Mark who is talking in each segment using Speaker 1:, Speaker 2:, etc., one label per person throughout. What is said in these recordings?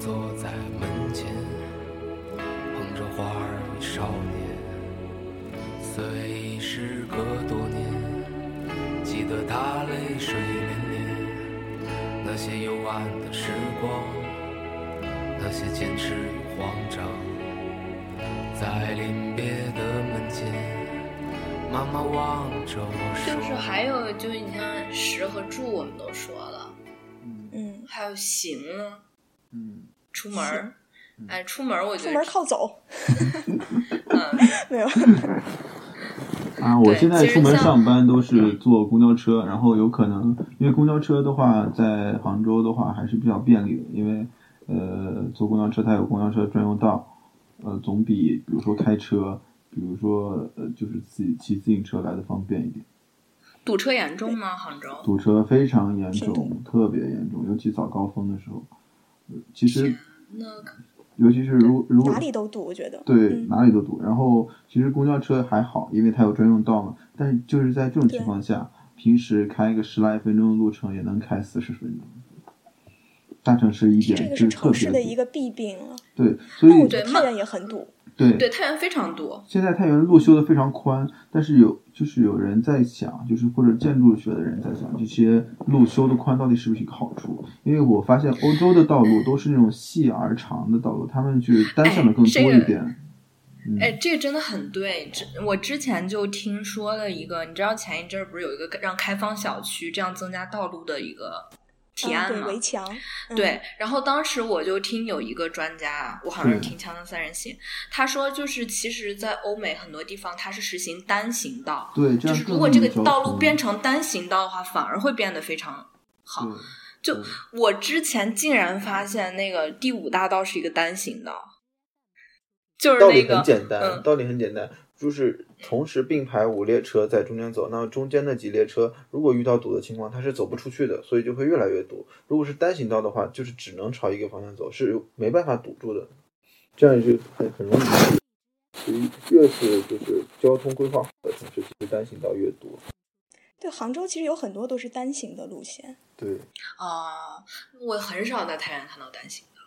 Speaker 1: 坐在门前，捧着花儿与少年，虽时隔多年，记得他泪水涟涟，那些幽暗的时光，那些坚持与慌张，在临别的门前，妈妈望着我说。
Speaker 2: 就是还有，就是你像食和住，我们都说了，
Speaker 3: 嗯
Speaker 4: 嗯，
Speaker 2: 还有行呢，
Speaker 3: 嗯，
Speaker 2: 出门儿，哎，出门儿我觉
Speaker 4: 出
Speaker 2: 得
Speaker 4: 门靠走，
Speaker 2: 嗯，
Speaker 4: 没有，
Speaker 3: 啊，我
Speaker 2: 对
Speaker 3: 现在
Speaker 2: 其实
Speaker 3: 出门
Speaker 2: 像
Speaker 3: 上班都是坐公交车，然后有可能因为公交车的话，在杭州的话还是比较便利的，因为呃坐公交车它有公交车专用道，呃总比比如说开车，比如说呃就是自己骑自行车来的方便一点。
Speaker 2: 堵车严重吗？杭州？
Speaker 3: 堵车非常严
Speaker 4: 是的
Speaker 3: 重，特别严重，尤其早高峰的时候。呃其实，
Speaker 2: 那
Speaker 3: 尤其是如如果
Speaker 4: 哪里都堵，我觉得。
Speaker 3: 对，
Speaker 4: 嗯
Speaker 3: 哪里都堵。然后其实公交车还好，因为它有专用道嘛。但是就是在这种情况下，平时开个十来分钟的路程也能开四十分钟。大城市一
Speaker 4: 这
Speaker 3: 点
Speaker 4: 个
Speaker 3: 就是特
Speaker 4: 城市
Speaker 3: 别
Speaker 4: 的一
Speaker 3: 堵，
Speaker 4: 个弊病了。
Speaker 3: 对，所
Speaker 4: 那我
Speaker 3: 以
Speaker 4: 觉得
Speaker 2: 对
Speaker 4: 太
Speaker 2: 慢
Speaker 4: 原也很堵，
Speaker 2: 对，太原非常堵，
Speaker 3: 现在太原路修的非常宽，但是有就是有人在想，就是或者建筑学的人在想，这些路修的宽到底是不是一个好处？因为我发现欧洲的道路都是那种细而长的道路，他们去单
Speaker 4: 哎
Speaker 3: 向的更多一点。嗯
Speaker 2: 哎，这个真的很对。之我之前就听说了一个，你知道前一阵儿不是有一个让开放小区这样增加道路的一个提
Speaker 4: 啊，
Speaker 2: 案
Speaker 4: 对
Speaker 2: 吗？
Speaker 4: 围墙，嗯
Speaker 2: 对，然后当时我就听有一个专家，我好像是
Speaker 3: 嗯
Speaker 2: 听《锵锵三人行》，他说就是其实，在欧美很多地方它是实行单行道，
Speaker 3: 对，这
Speaker 2: 就
Speaker 3: 样
Speaker 2: 是
Speaker 3: 更
Speaker 2: 如果这个
Speaker 3: 容易
Speaker 2: 道
Speaker 3: 交
Speaker 2: 路
Speaker 5: 嗯
Speaker 3: 通
Speaker 2: 变成单行道的话，反而会变得非常好。
Speaker 3: 对
Speaker 2: 就
Speaker 3: 对
Speaker 2: 我之前竟然发现那个第五大道是一个单行道，就是
Speaker 5: 道
Speaker 2: 那
Speaker 5: 理很
Speaker 2: 个
Speaker 5: 简单，
Speaker 2: 嗯
Speaker 5: 道理很简单，就是同时并排五列车在中间走，那中间那几列车如果遇到堵的情况，它是走不出去的，所以就会越来越堵。如果是单行道的话，就是只能朝一个方向走，是没办法堵住的，这样也就很很容易堵。所以越是就是交通规划好的城市，其实单行道越多。
Speaker 4: 对，杭州其实有很多都是单行的路线。
Speaker 5: 对，
Speaker 2: 啊、我很少在太原看到单行道。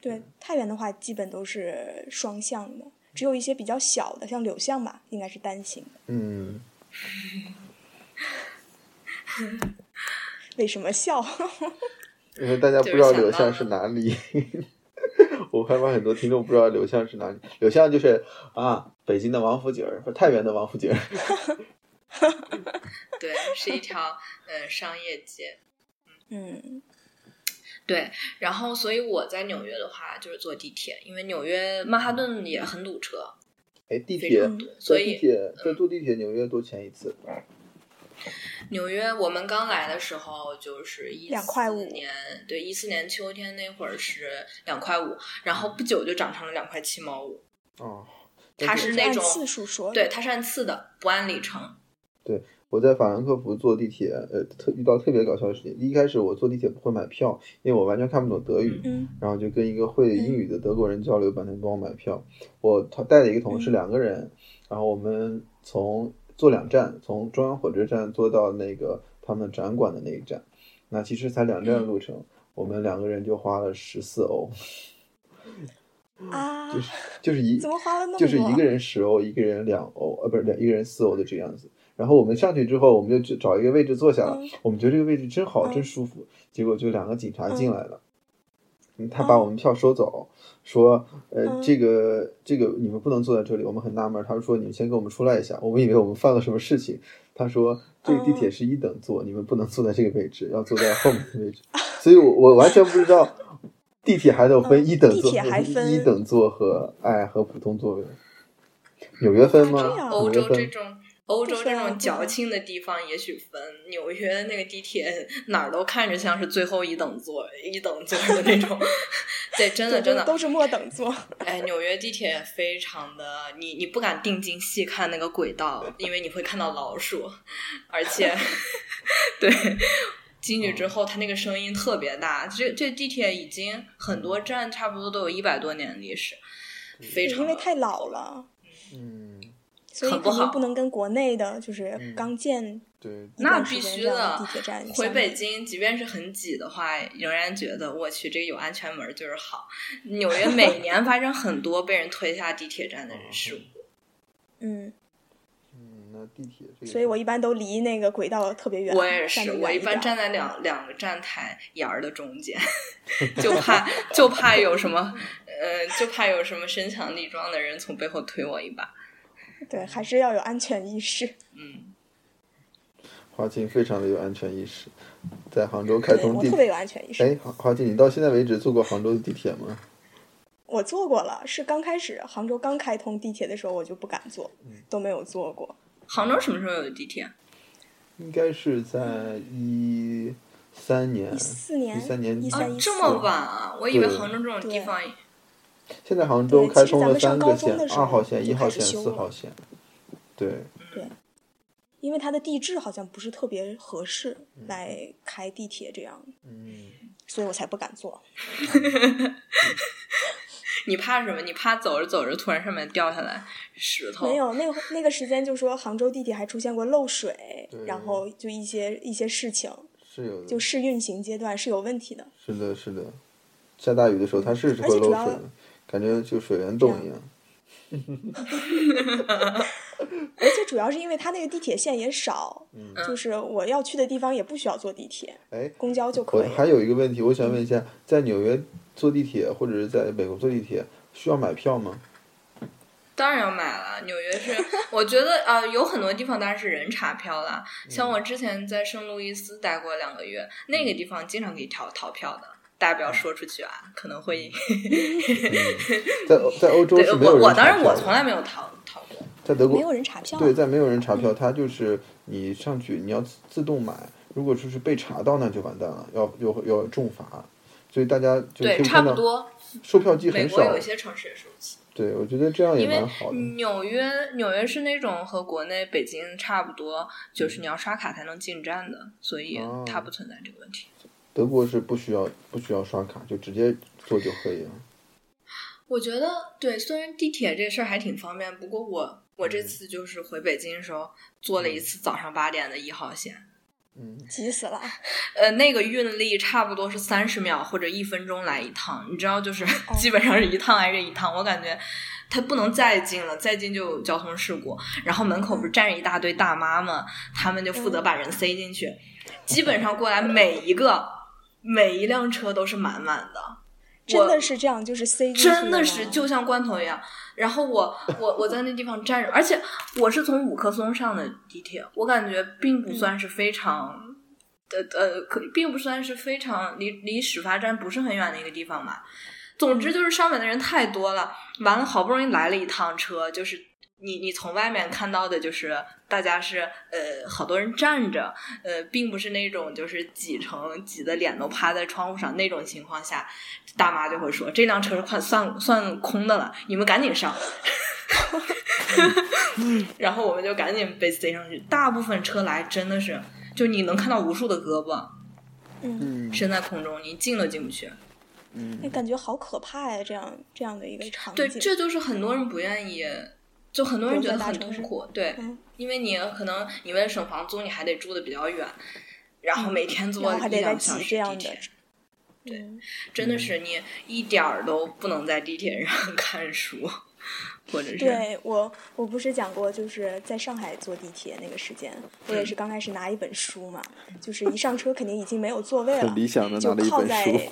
Speaker 4: 对，太原的话基本都是双向的，只有一些比较小的，像柳巷吧，应该是单行的。
Speaker 5: 嗯，
Speaker 4: 为什么笑？
Speaker 5: 因为大家不知道柳巷
Speaker 2: 就是想
Speaker 5: 是哪里， 我害怕很多听众不知道柳巷是哪里。柳巷就是啊，北京的王府井儿，不是太原的王府井儿。
Speaker 2: 对，是一条呃商业街。
Speaker 4: 嗯，
Speaker 2: 对，然后所以我在纽约的话就是坐地铁，因为纽约曼哈顿也很堵车，
Speaker 5: 哎，地
Speaker 2: 非
Speaker 5: 铁
Speaker 4: 嗯
Speaker 2: 常，堵。所
Speaker 5: 在地
Speaker 2: 以嗯
Speaker 5: 铁，在坐地铁，纽约多钱一次？
Speaker 2: 纽约我们刚来的时候就是一
Speaker 4: 两块五
Speaker 2: 年，对，一四年秋天那会儿是两块五，然后不久就涨成了两块七毛五。
Speaker 5: 哦，
Speaker 2: 它是那
Speaker 4: 按
Speaker 2: 种
Speaker 4: 次数说。
Speaker 2: 对，，它是按次的，不按里程。
Speaker 5: 我在法兰克福坐地铁，呃，特遇到特别搞笑的事情。一开始我坐地铁不会买票，因为我完全看不懂德语，
Speaker 4: 嗯
Speaker 5: 然后就跟一个会英语的德国人交流，把他帮我买票。我他带了一个同事，
Speaker 4: 嗯
Speaker 5: 两个人，然后我们从坐两站，从中央火车站坐到那个他们展馆的那一站，那其实才两站的
Speaker 4: 嗯
Speaker 5: 路程，我们两个人就花了十四欧，
Speaker 4: 啊，
Speaker 5: 就是就是一
Speaker 4: 怎么花了那么多？
Speaker 5: 就是一个人十欧，一个人两欧，呃，不是两一个人四欧的这个样子。然后我们上去之后，我们就去找一个位置坐下了。
Speaker 4: 嗯
Speaker 5: 我们觉得这个位置真好，
Speaker 4: 嗯
Speaker 5: 真舒服。结果就两个警察
Speaker 4: 嗯
Speaker 5: 进来了，嗯他把我们票收走，说，呃，
Speaker 4: 嗯
Speaker 5: 这个这个你们不能坐在这里。我们很纳闷，他们说你们先跟我们出来一下，我们以为我们犯了什么事情。他说这
Speaker 4: 嗯
Speaker 5: 个地铁是一等座，你们不能坐在这个位置，要坐在后面的位置。所以我我完全不知道。地铁还得分
Speaker 4: 嗯
Speaker 5: 一等
Speaker 4: 地
Speaker 5: 座
Speaker 4: 铁
Speaker 5: 和
Speaker 4: 还
Speaker 5: 一
Speaker 4: 分
Speaker 5: 一等座和哎和普通座位，纽约分吗
Speaker 4: 啊这？样
Speaker 2: 欧
Speaker 5: 纽
Speaker 2: 洲
Speaker 5: 约
Speaker 2: 这
Speaker 5: 分，
Speaker 2: 种欧洲这
Speaker 4: 不分啊
Speaker 2: 种
Speaker 4: 不
Speaker 2: 矫
Speaker 4: 分
Speaker 2: 情的地方也许分，纽约那个地铁哪儿都看着像是最后一等座一等座的那种， 对，真的真
Speaker 4: 对都
Speaker 2: 的，
Speaker 4: 都是末等座。
Speaker 2: 哎，纽约地铁非常的，你你不敢定睛细看那个轨道，因为你会看到老鼠，而且对。进去之后，它那个声音特别大。这这地铁已经很多站差不多都有一百多年历史，非常
Speaker 4: 因为
Speaker 2: 的
Speaker 4: 太老了，
Speaker 5: 嗯，
Speaker 4: 所以
Speaker 2: 很
Speaker 4: 肯
Speaker 2: 不
Speaker 4: 定
Speaker 2: 好
Speaker 4: 不能跟国内的就是刚建
Speaker 5: 对，
Speaker 4: 一
Speaker 2: 那
Speaker 4: 段
Speaker 2: 必
Speaker 4: 时间
Speaker 2: 须
Speaker 4: 这样
Speaker 2: 的
Speaker 4: 地铁站相比，
Speaker 2: 回北京，即便是很挤的话，仍然觉得我去这个有安全门儿就是好。纽约每年发生很多被人推下地铁站的人事故，
Speaker 4: 嗯，
Speaker 5: 嗯，那地铁这个，
Speaker 4: 所以我一般都离那个轨道特别远，
Speaker 2: 我也
Speaker 4: 站
Speaker 2: 是，
Speaker 4: 得
Speaker 2: 我
Speaker 4: 远
Speaker 2: 一般
Speaker 4: 点嗯
Speaker 2: 站在两两个站台沿儿的中间，就怕就怕有什么呃，就怕有什么身强力壮的人从背后推我一把。
Speaker 4: 对，还是要有安全意识。
Speaker 2: 嗯，
Speaker 5: 华清非常的有安全意识，在杭州开
Speaker 4: 对
Speaker 5: 通
Speaker 4: 我
Speaker 5: 地
Speaker 4: 特别有安全意识。
Speaker 5: 哎，华华清，你到现在为止坐过杭州的地铁吗？
Speaker 4: 我坐过了，是刚开始杭州刚开通地铁的时候，我就不敢坐，
Speaker 5: 嗯
Speaker 4: 都没有坐过。
Speaker 2: 杭州什么时候有地铁？啊
Speaker 5: 应该是在一三年
Speaker 4: 一，四年，
Speaker 5: 13年
Speaker 4: 一
Speaker 5: 啊
Speaker 4: 三
Speaker 2: 啊
Speaker 4: 一，四
Speaker 2: 这么晚啊！我以为杭州这种地
Speaker 4: 对
Speaker 2: 方，
Speaker 5: 现在杭州
Speaker 4: 对
Speaker 5: 开
Speaker 4: 其实
Speaker 5: 通
Speaker 4: 咱
Speaker 5: 了
Speaker 4: 们上
Speaker 5: 三
Speaker 4: 高
Speaker 5: 个
Speaker 4: 中
Speaker 5: 线
Speaker 4: 的，时
Speaker 5: 二
Speaker 4: 候
Speaker 5: 号线、
Speaker 4: 就
Speaker 5: 一号
Speaker 4: 开始
Speaker 5: 线、
Speaker 4: 修
Speaker 5: 四
Speaker 4: 了
Speaker 5: 号线。对，
Speaker 4: 因为它的地质好像不是特别合适来开地铁这样，
Speaker 5: 嗯，
Speaker 4: 所以我才不敢坐。
Speaker 2: 你怕什么？你怕走着走着突然上面掉下来石头？
Speaker 4: 没有，那会那个时间就说杭州地铁还出现过漏水
Speaker 5: 对，
Speaker 4: 然后就一些一些事情，
Speaker 5: 是有的，
Speaker 4: 就试运行阶段是有问题的。
Speaker 5: 是的，是的。下大雨的时候，它是
Speaker 4: 而
Speaker 5: 会
Speaker 4: 且
Speaker 5: 漏
Speaker 4: 主要
Speaker 5: 水的，感觉就水帘洞一样。
Speaker 4: 而且主要是因为它那个地铁线也少，就是我要去的地方也不需要坐地铁，
Speaker 5: 嗯
Speaker 2: 嗯
Speaker 5: 哎，
Speaker 4: 公交就可
Speaker 5: 我
Speaker 4: 以了。
Speaker 5: 还有一个问题，我想问一下，在纽约坐地铁或者是在美国坐地铁需要买票吗？
Speaker 2: 当然要买了，纽约是，我觉得啊、呃有很多地方当然是人查票啦。像
Speaker 5: 嗯
Speaker 2: 我之前在圣路易斯待过两个月，那个地方经常可以逃逃票的，大家
Speaker 5: 嗯
Speaker 2: 不要说出去啊，可能会。
Speaker 5: 在欧在欧洲
Speaker 2: 对
Speaker 5: 嗯是没
Speaker 2: 我
Speaker 5: 有人
Speaker 2: 我当
Speaker 5: 查
Speaker 2: 然
Speaker 5: 票
Speaker 2: 我
Speaker 5: 的
Speaker 2: 从来没有逃逃过，
Speaker 5: 在德
Speaker 4: 没
Speaker 5: 国
Speaker 4: 有人查票啊，
Speaker 5: 对，在没有人查
Speaker 2: 嗯
Speaker 5: 票，它就是你上去你要自自动买，如果说是被查到那就完蛋了，要要要重罚。所以大家就可
Speaker 2: 对，
Speaker 5: 以
Speaker 2: 差
Speaker 5: 看
Speaker 2: 不
Speaker 5: 到
Speaker 2: 多。
Speaker 5: 售票机
Speaker 2: 美
Speaker 5: 很
Speaker 2: 国
Speaker 5: 少，
Speaker 2: 有一些城市也是如此。
Speaker 5: 对我觉得这样也
Speaker 2: 因为
Speaker 5: 蛮好的。
Speaker 2: 纽约，纽约是那种和国内北京差不多，就是你要刷卡才能进站的，所以
Speaker 5: 嗯哦
Speaker 2: 它不存在这个问题。
Speaker 5: 德国是不需要不需要刷卡，就直接坐就可以了。
Speaker 2: 我觉得对，虽然地铁这事儿还挺方便，不过我我这次就是回北京的时候坐了一次早上八点的一号线，
Speaker 5: 嗯，
Speaker 4: 急死了。啊
Speaker 2: 呃，那个运力差不多是三十秒或者一分钟来一趟，你知道，就是 基本上是一趟挨着一趟，我感觉它不能再进了，再进就有交通事故。然后门口不是站着一大堆大妈吗？他们就负
Speaker 4: 嗯
Speaker 2: 责把人塞进去，基本上过来每一个每一辆车都是满满的。
Speaker 4: 真
Speaker 2: 我
Speaker 4: 的是这样，就是塞进去
Speaker 2: 真
Speaker 4: 的
Speaker 2: 的是
Speaker 4: 吗
Speaker 2: 就像罐头一样。然后我 我我在那地方站着，而且我是从五棵松上的地铁，我感觉并不算是非常。呃呃，可并不算是非常离离始发站不是很远的一个地方嘛。总之就是上面的人太多了，完了好不容易来了一趟车，就是你你从外面看到的就是大家是呃好多人站着，呃，并不是那种就是挤成挤得脸都趴在窗户上那种情况下，大妈就会说这辆车是快算算空的了，你们赶紧上。 然后我们就赶紧被塞上去。大部分车来真的是，就你能看到无数的胳膊
Speaker 4: 嗯，
Speaker 5: 嗯
Speaker 2: 伸在空中，你进都进不去。
Speaker 4: 那感觉好可怕呀！这样这样的一个场景，
Speaker 2: 对，这就是很多人不愿意，就很多人觉得很痛苦。对
Speaker 4: 嗯，
Speaker 2: 因为你可能你为了省房租，你还得住的比较远，然后每天坐
Speaker 4: 嗯然后还
Speaker 2: 一
Speaker 4: 得再
Speaker 2: 两个小
Speaker 4: 挤
Speaker 2: 时
Speaker 4: 这样
Speaker 2: 地
Speaker 4: 的
Speaker 2: 铁，，
Speaker 4: 嗯
Speaker 2: 真的是你一点儿都不能在地铁上 看书，或者是
Speaker 4: 对我，我不是讲过，就是在上海坐地铁那个时间，我也是刚开始拿一本书嘛，就是一上车肯定已经没有座位了，
Speaker 5: 想的
Speaker 4: 就靠在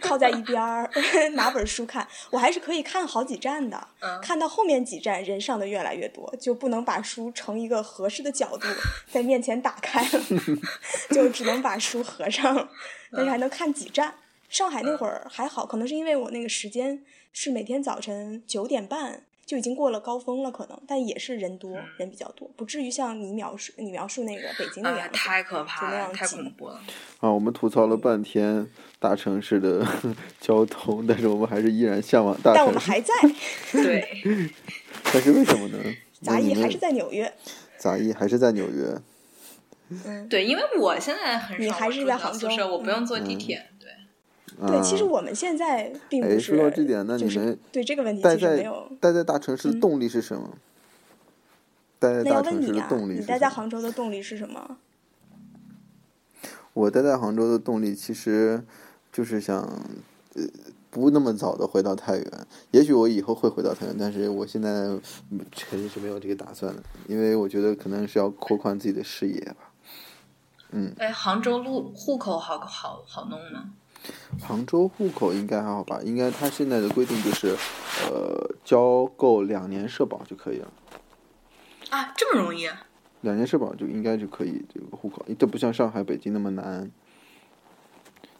Speaker 4: 靠在一边儿， 拿本书看，我还是可以看好几站的，
Speaker 2: 嗯
Speaker 4: 看到后面几站人上的越来越多，就不能把书成一个合适的 角度在面前打开了， 就只能把书合
Speaker 2: 嗯
Speaker 4: 上，但是还能看几站。上海那会儿还好，可能是因为我那个时间是每天早晨九点半就已经过了高峰了，可能，但也是人
Speaker 2: 嗯
Speaker 4: 多，人比较多，不至于像你描述你描述那个北京那
Speaker 2: 啊
Speaker 4: 样，
Speaker 2: 太可
Speaker 4: 就
Speaker 2: 怕
Speaker 4: 那
Speaker 2: 了，
Speaker 4: 样
Speaker 2: 太
Speaker 4: 挤
Speaker 2: 恐怖 了。
Speaker 5: 啊，我们吐槽了半天大城市的 交通，但是我们还是依然向往大
Speaker 4: 但我
Speaker 5: 城
Speaker 4: 们
Speaker 5: 市。
Speaker 4: 还在，
Speaker 2: 对，
Speaker 5: 但是为什么呢？那
Speaker 4: 杂
Speaker 5: 你
Speaker 4: 役还
Speaker 5: 们
Speaker 4: 是在纽约，
Speaker 5: 杂役还是在纽约？
Speaker 4: 嗯。
Speaker 2: 对，因为我现在很少，
Speaker 4: 你还
Speaker 2: 我
Speaker 4: 是
Speaker 2: 住
Speaker 4: 在
Speaker 2: 小
Speaker 4: 杭
Speaker 2: 宿
Speaker 4: 州
Speaker 2: 舍，我不用坐地
Speaker 5: 嗯
Speaker 2: 铁。对，
Speaker 4: 对，
Speaker 5: 啊
Speaker 4: 其实我们现在并
Speaker 5: 哎
Speaker 4: 不是。
Speaker 5: 说到这点那你
Speaker 4: 就是
Speaker 5: 们
Speaker 4: 对这个问题
Speaker 5: 待
Speaker 4: 其实
Speaker 5: 在
Speaker 4: 没有嗯
Speaker 5: 待在大城市的动力是什么？待在
Speaker 6: 那要
Speaker 5: 大
Speaker 6: 问
Speaker 5: 城市
Speaker 6: 你
Speaker 5: 的
Speaker 6: 啊，
Speaker 5: 动力
Speaker 6: 你
Speaker 5: 是
Speaker 6: 待
Speaker 5: 什
Speaker 6: 在
Speaker 5: 么
Speaker 6: 杭州的动力是什么？
Speaker 5: 我待在杭州的动力其实就是想，呃，不那么早的回到太原。也许我以后会回到太原，但是我现在嗯肯定是没有这个打算的，因为我觉得可能是要扩宽自己的视野吧。
Speaker 2: 哎，杭州路户口好好好弄吗？
Speaker 5: 杭州户口应该还好吧？应该他现在的规定就是，呃，交够两年社保就可以了。
Speaker 2: 啊，这么容易？
Speaker 5: 两年社保就应该就可以这个户口，这不像上海、北京那么难。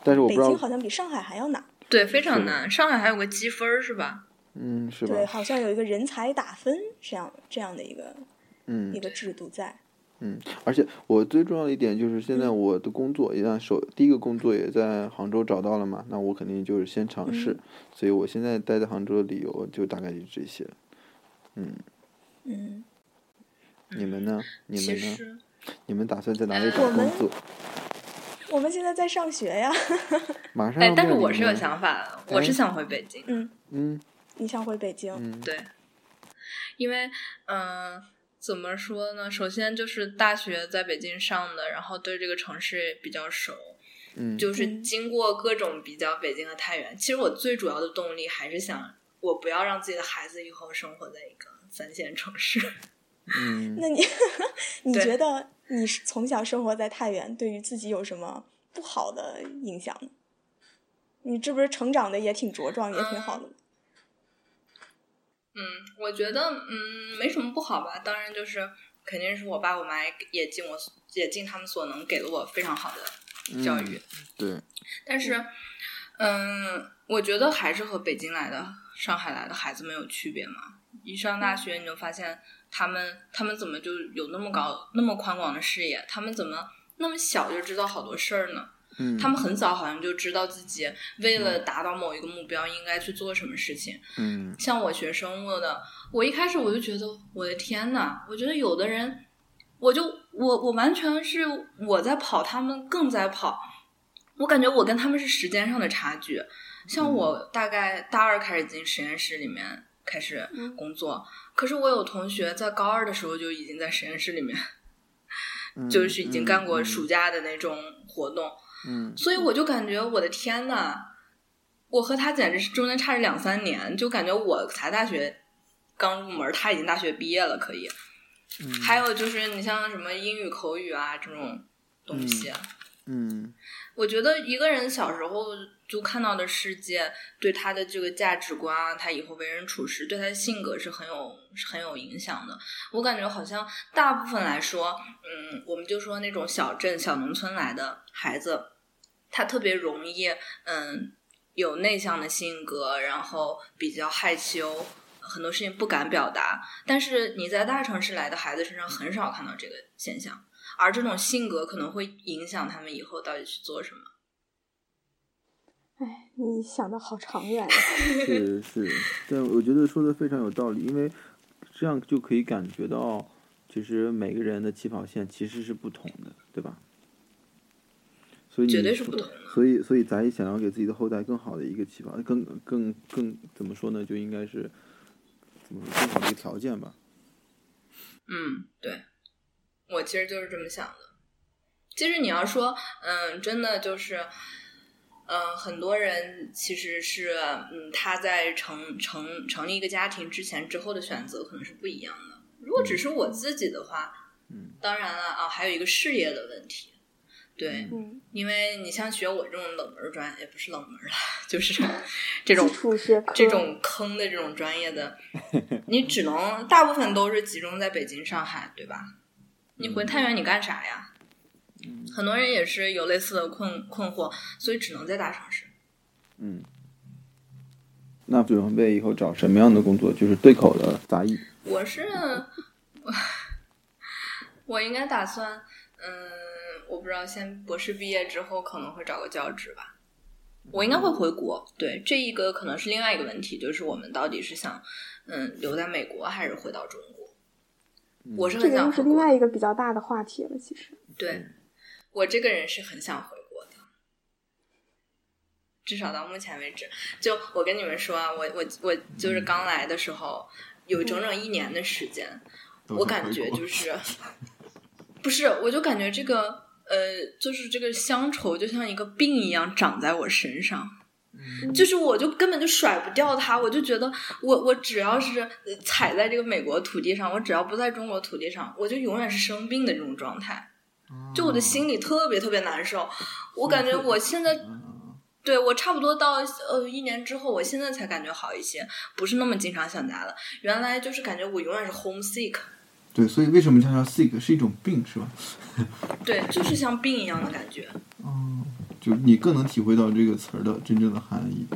Speaker 5: 但是我不
Speaker 6: 北
Speaker 5: 知道
Speaker 6: 京，好像比上海还要难。
Speaker 2: 对，非常
Speaker 5: 是
Speaker 2: 难。上海还有个积分儿是吧？
Speaker 5: 嗯，是吧
Speaker 6: 对，？好像有一个人才打分这样这样的一个
Speaker 5: 嗯
Speaker 6: 一，个制度在。
Speaker 5: 嗯，而且我最重要的一点就是，现
Speaker 2: 嗯
Speaker 5: 在我的工作也让首第一个工作也在杭州找到了嘛，那我肯定就是先尝试，
Speaker 6: 嗯
Speaker 5: 所以我现在待在杭州的理由就大概就这些。嗯，
Speaker 6: 嗯，
Speaker 5: 你们呢？你
Speaker 2: 嗯其
Speaker 5: 们呢？
Speaker 2: 实哎
Speaker 5: 你们打算在哪里找
Speaker 6: 我
Speaker 5: 工
Speaker 6: 们
Speaker 5: 作？
Speaker 6: 我们现在在上学呀。
Speaker 5: 马上
Speaker 2: 哎
Speaker 5: 要，
Speaker 2: 但是
Speaker 5: 面
Speaker 2: 我
Speaker 5: 临
Speaker 2: 是有
Speaker 5: 了
Speaker 2: 想法的，我是想回北 京。
Speaker 6: 嗯，
Speaker 5: 嗯
Speaker 6: 你想回北京？
Speaker 5: 嗯
Speaker 2: 对，因为嗯、呃怎么说呢？首先就是大学在北京上的，然后对这个城市也比较熟，
Speaker 5: 嗯，
Speaker 2: 就是
Speaker 6: 嗯
Speaker 2: 经过各种比较北京和太原。其实我最主要的动力还是想，我不要让自己的孩子以后生活在一个三线城市。
Speaker 5: 嗯
Speaker 6: 那你 你
Speaker 2: 对
Speaker 6: 觉得你是从小生活在太原，对于自己有什么不好的影响呢？你这不是成长的也挺茁壮，也挺好的吗？
Speaker 2: 嗯，我觉得嗯没什么不好吧。当然就是肯定是我爸我妈也也尽我也尽他们所能给了我非常好的教育，
Speaker 5: 嗯对，
Speaker 2: 但是嗯，我觉得还是和北京来的、上海来的孩子没有区别嘛。一上大学你就发现他们他们怎么就有那么高那么宽广的视野？他们怎么那么小就知道好多事儿呢？
Speaker 5: 嗯，
Speaker 2: 他们很早好像就知道自己为了达到某一个目标应该去做什么事情。
Speaker 5: 嗯
Speaker 2: 像我学生物的，我一开始我就觉得，我的天呐，我觉得有的人，我就我我完全是我在跑，他们更在跑，我感觉我跟他们是时间上的差距。像
Speaker 5: 嗯
Speaker 2: 我大概大二开始进实验室里面开始
Speaker 6: 嗯
Speaker 2: 工作，可是我有同学在高二的时候就已经在实验室里面，
Speaker 5: 嗯
Speaker 2: 就是已经干过
Speaker 5: 嗯
Speaker 2: 暑假的那种活动，
Speaker 5: 嗯
Speaker 2: 所以我就感觉我的天呐，我和他简直是中间差着两三年，就感觉我才大学刚入门，他已经大学毕业了，可以。
Speaker 5: 嗯
Speaker 2: 还有就是你像什么英语口语啊这种东西，
Speaker 5: 嗯
Speaker 2: 我觉得一个人小时候就看到的世界，对他的这个价值观啊，他以后为人处事，对他的性格是很有是很有影响的。我感觉好像大部分来说，嗯，我们就说那种小镇、小农村来的孩子，他特别容易，嗯，有内向的性格，然后比较害羞，很多事情不敢表达。但是你在大城市来的孩子身上很少看到这个现象。而这种性格可能会影响他们以后到底去做什么。
Speaker 6: 哎，你想的好长远呀、
Speaker 5: 是是，但我觉得说的非常有道理，因为这样就可以感觉到，其实每个人的起跑线其实是不同的，对吧？所以
Speaker 2: 绝
Speaker 5: 你
Speaker 2: 对是
Speaker 5: 说
Speaker 2: 不同的
Speaker 5: 所以所以咱也想要给自己的后代更好的一个起跑，更更更怎么说呢？就应该是怎么说更好的一个条件吧。
Speaker 2: 嗯，对，我其实就是这么想的。其实你要说，嗯，真的就是，嗯，很多人其实是，嗯，他在成成成立一个家庭之前之后的选择可能是不一样的。如果只是我自己的话，
Speaker 5: 嗯，
Speaker 2: 当然了啊，还有一个事业的问题，对，
Speaker 6: 嗯，
Speaker 2: 因为你像学我这种冷门专，也不是冷门了，就是这 种
Speaker 6: 基础学科
Speaker 4: 嗯
Speaker 2: 这种坑的这种专业的，你只能大部分都是集中在北京、上海，对吧？你回太原你干啥呀？很多人也是有类似的困困惑，所以只能在大城市。
Speaker 5: 嗯，那准备以后找什么样的工作？就是对口的杂役。
Speaker 2: 我是 我应该打算，嗯，我不知道，先博士毕业之后可能会找个教职吧。我应该会回国，对，这一个可能是另外一个问题，就是我们到底是想，嗯，留在美国还是回到中国？我是
Speaker 4: 嗯这
Speaker 2: 很
Speaker 4: 个
Speaker 2: 想
Speaker 4: 又
Speaker 2: 回
Speaker 4: 是另
Speaker 2: 国，
Speaker 4: 外一个比较大的话题了。其实，
Speaker 5: 嗯
Speaker 2: 对我这个人是很想回国的，至少到目前为止。就我跟你们说啊，我我我就是刚来的时候，有整整一年的时间，
Speaker 5: 都
Speaker 2: 我
Speaker 5: 想
Speaker 2: 感
Speaker 5: 回
Speaker 2: 觉
Speaker 5: 国
Speaker 2: 就是，不是，我就感觉这个呃，就是这个乡愁就像一个病一样长在我身上。
Speaker 5: 嗯
Speaker 2: 就是我就根本就甩不掉它，我就觉得我我只要是呃踩在这个美国土地上，我只要不在中国土地上，我就永远是生病的这种状态，就我
Speaker 5: 嗯
Speaker 2: 的心里特别特别难受。我感觉我现在对我差不多到呃一年之后，我现在才感觉好一些，不是那么经常想家了。原来就是感觉我永远是 homesick，
Speaker 5: 对，所以为什么叫叫 sick 是一种病是吧？
Speaker 2: 对，就是像病一样的感觉。
Speaker 5: 嗯，就你更能体会到这个词儿的真正的含义。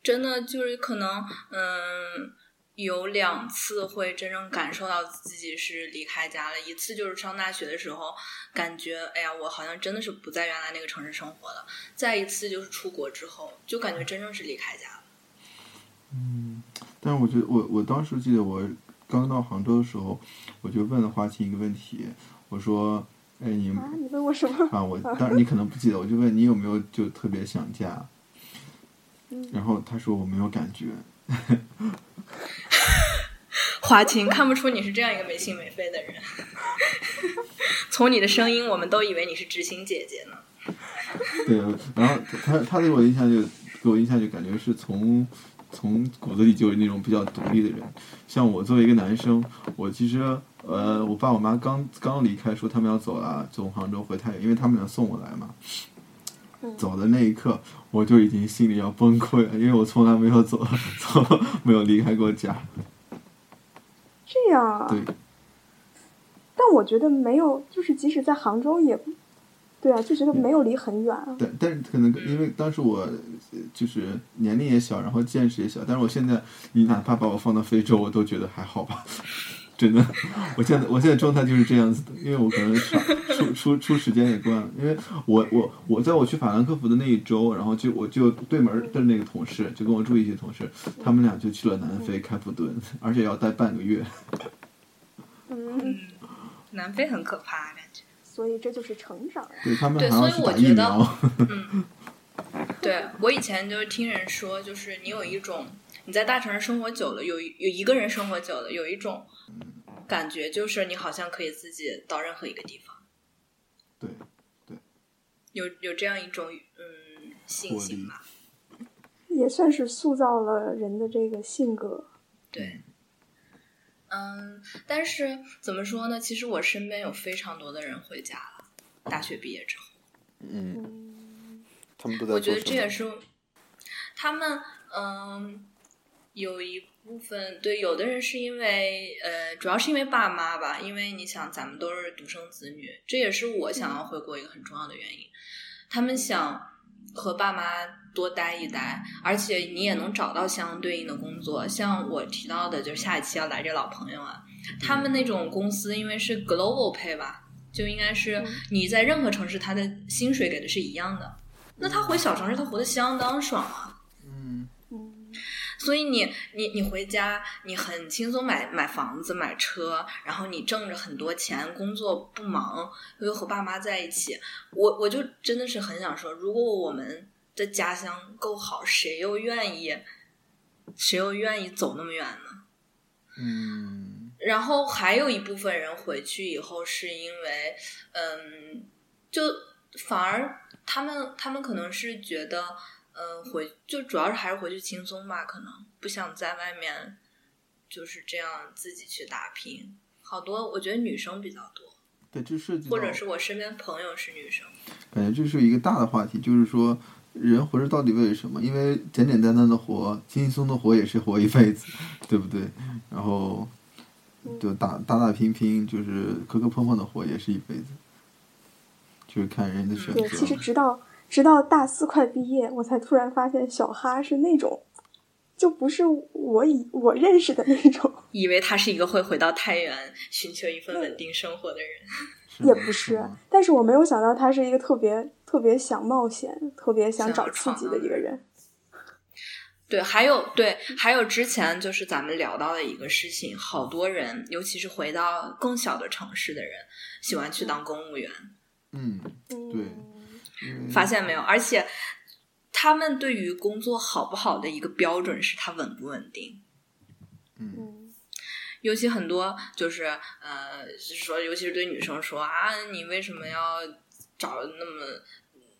Speaker 2: 真的就是可能，嗯，有两次会真正感受到自己是离开家了。一次就是上大学的时候，感觉哎呀，我好像真的是不在原来那个城市生活了。再一次就是出国之后，就感觉真正是离开家了。
Speaker 5: 但是我觉得我我当时记得我刚到杭州的时候，我就问了华清一个问题，我说：“哎，你
Speaker 4: 啊，你问我什么？
Speaker 5: 啊，我当然你可能不记得，我就问你有没有就特别想家，然后他说我没有感觉，
Speaker 2: 华清 看不出你是这样一个没心没肺的人， 从你的声音，我们都以为你是知心姐姐呢。
Speaker 5: 对，然后他他对我印象就给我印象就感觉是从从骨子里就是那种比较独立的人。像我作为一个男生，我其实呃，我爸我妈刚刚离开说他们要走了，从杭州回太原，因为他们俩送我来嘛。走的那一刻，我就已经心里要崩溃了，因为我从来没有走， 从没有离开过家。
Speaker 4: 这样啊？
Speaker 5: 对，
Speaker 4: 但我觉得没有，就是即使在杭州也，对啊，就觉得没有离很远啊。
Speaker 5: 但但是可能因为当时我呃就是年龄也小，然后见识也小，但是我现在你哪怕把我放到非洲，我都觉得还好吧，真的，我现在我现在状态就是这样子的，因为我可能少出出出时间也惯了，因为我我我在我去法兰克福的那一周，然后就我就对门的那个同事，就跟我住一起的同事，他们俩就去了南非开普敦，而且要待半个月，
Speaker 4: 嗯，
Speaker 2: 嗯，南非很可怕，感觉。
Speaker 4: 所以这就是成长啊。
Speaker 5: 对他们
Speaker 2: 对
Speaker 5: 还要
Speaker 2: 所以
Speaker 5: 去
Speaker 2: 我
Speaker 5: 打
Speaker 2: 觉
Speaker 5: 疫
Speaker 2: 得
Speaker 5: 苗，
Speaker 2: 对我以前就是听人说，就是你有一种你在大城市生活久了，有一有一个人生活久了，有一种感觉，就是你好像可以自己到任何一个地方，
Speaker 5: 对，
Speaker 2: 有有这样一种嗯信心吧。
Speaker 4: 也算是塑造了人的这个性格。
Speaker 2: 对，嗯，但是怎么说呢？其实我身边有非常多的人回家了，大学毕业之后。
Speaker 7: 嗯，
Speaker 4: 嗯，
Speaker 7: 他们都在
Speaker 2: 我
Speaker 7: 做
Speaker 2: 觉得
Speaker 7: 什
Speaker 2: 这
Speaker 7: 么
Speaker 2: 也是他们嗯有一部分对，有的人是因为呃，主要是因为爸妈吧，因为你想咱们都是独生子女，这也是我想
Speaker 7: 嗯
Speaker 2: 要回国一个很重要的原因。他们想和爸妈多待一待，而且你也能找到相对应的工作。像我提到的，就是下一期要来这老朋友啊，他
Speaker 7: 嗯
Speaker 2: 们那种公司因为是 global pay 吧，就应该是
Speaker 4: 嗯
Speaker 2: 你在任何城市，他的薪水给的是一样的。那他回小城市，他活得相当爽啊。
Speaker 5: 嗯，
Speaker 4: 嗯，
Speaker 2: 所以你你你回家，你很轻松买买房子、买车，然后你挣着很多钱，工作不忙，又和爸妈在一起。我我就真的是很想说，如果我们的家乡够好，谁又愿意，谁又愿意走那么远呢？
Speaker 7: 嗯，
Speaker 2: 然后还有一部分人回去以后，是因为，嗯，就反而他们他们可能是觉得，嗯、回就主要是还是回去轻松吧，可能不想在外面就是这样自己去打拼。好多我觉得女生比较多，
Speaker 5: 对，这涉及
Speaker 2: 或者
Speaker 5: 到
Speaker 2: 是我身边朋友是女生，
Speaker 5: 感觉这是一个大的话题，就是说人活着到底为了什么？因为简简单单的活，轻轻松的活也是活一辈子，对不对？然后就打打打拼拼，就是磕磕碰碰的活也是一辈子，就是看人的选
Speaker 4: 对，其实
Speaker 5: 择。
Speaker 4: 直到直到大四快毕业，我才突然发现小哈是那种，就不是我以我认识的那种，
Speaker 2: 以为她是一个会回到太原寻求一份稳定生活的人。
Speaker 4: 也
Speaker 5: 吗
Speaker 4: 不是
Speaker 5: 吗。
Speaker 4: 但是我没有想到他是一个特别特别想冒险、特别想
Speaker 2: 想
Speaker 4: 找
Speaker 2: 要
Speaker 4: 刺
Speaker 2: 闯啊
Speaker 4: 激
Speaker 2: 荡
Speaker 4: 的一
Speaker 2: 的
Speaker 4: 个
Speaker 2: 人
Speaker 4: 人。
Speaker 2: 对，还有对，还有之前就是咱们聊到的一个事情，好多人，尤其是回到更小的城市的人，喜欢去当公务员，
Speaker 5: 嗯，对
Speaker 4: 嗯
Speaker 2: 发现没有？而且他们对于工作好不好的一个标准是它稳不稳定。
Speaker 4: 嗯
Speaker 2: 尤其很多就是呃，说尤其是对女生说啊，你为什么要找那么？